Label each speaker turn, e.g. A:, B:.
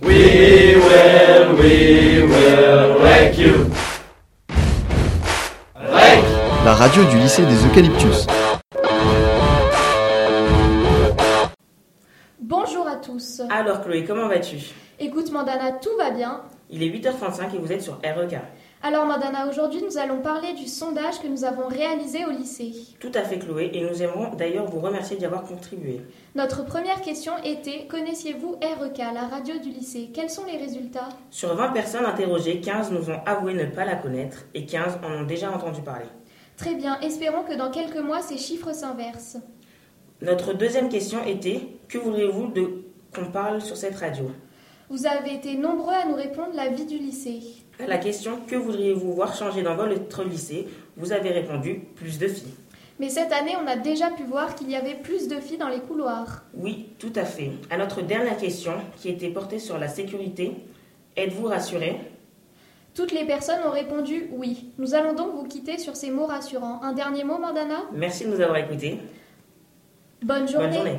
A: We will, we will wreck you. Wreck.
B: La radio du lycée des Eucalyptus.
C: Bonjour à tous.
D: Alors Chloé, comment vas-tu
C: Écoute Mandana, tout va bien.
D: Il est 8h35 et vous êtes sur E REK.
C: Alors Mandana, aujourd'hui nous allons parler du sondage que nous avons réalisé au lycée.
D: Tout à fait Chloé, et nous aimerons d'ailleurs vous remercier d'y avoir contribué.
C: Notre première question était connaissiez-vous REK, la radio du lycée Quels sont les résultats
D: Sur 20 personnes interrogées, 15 nous ont avoué ne pas la connaître et 15 en ont déjà entendu parler.
C: Très bien, espérons que dans quelques mois ces chiffres s'inversent.
D: Notre deuxième question était que voulez-vous de qu'on parle sur cette radio
C: Vous avez été nombreux à nous répondre la vie du lycée.
D: À la question que voudriez-vous voir changer dans votre lycée Vous avez répondu plus de filles.
C: Mais cette année, on a déjà pu voir qu'il y avait plus de filles dans les couloirs.
D: Oui, tout à fait. À notre dernière question, qui était portée sur la sécurité, êtes-vous rassuré
C: Toutes les personnes ont répondu oui. Nous allons donc vous quitter sur ces mots rassurants. Un dernier mot, Mandana
D: Merci de nous avoir écoutés.
C: Bonne
D: Bonne journée.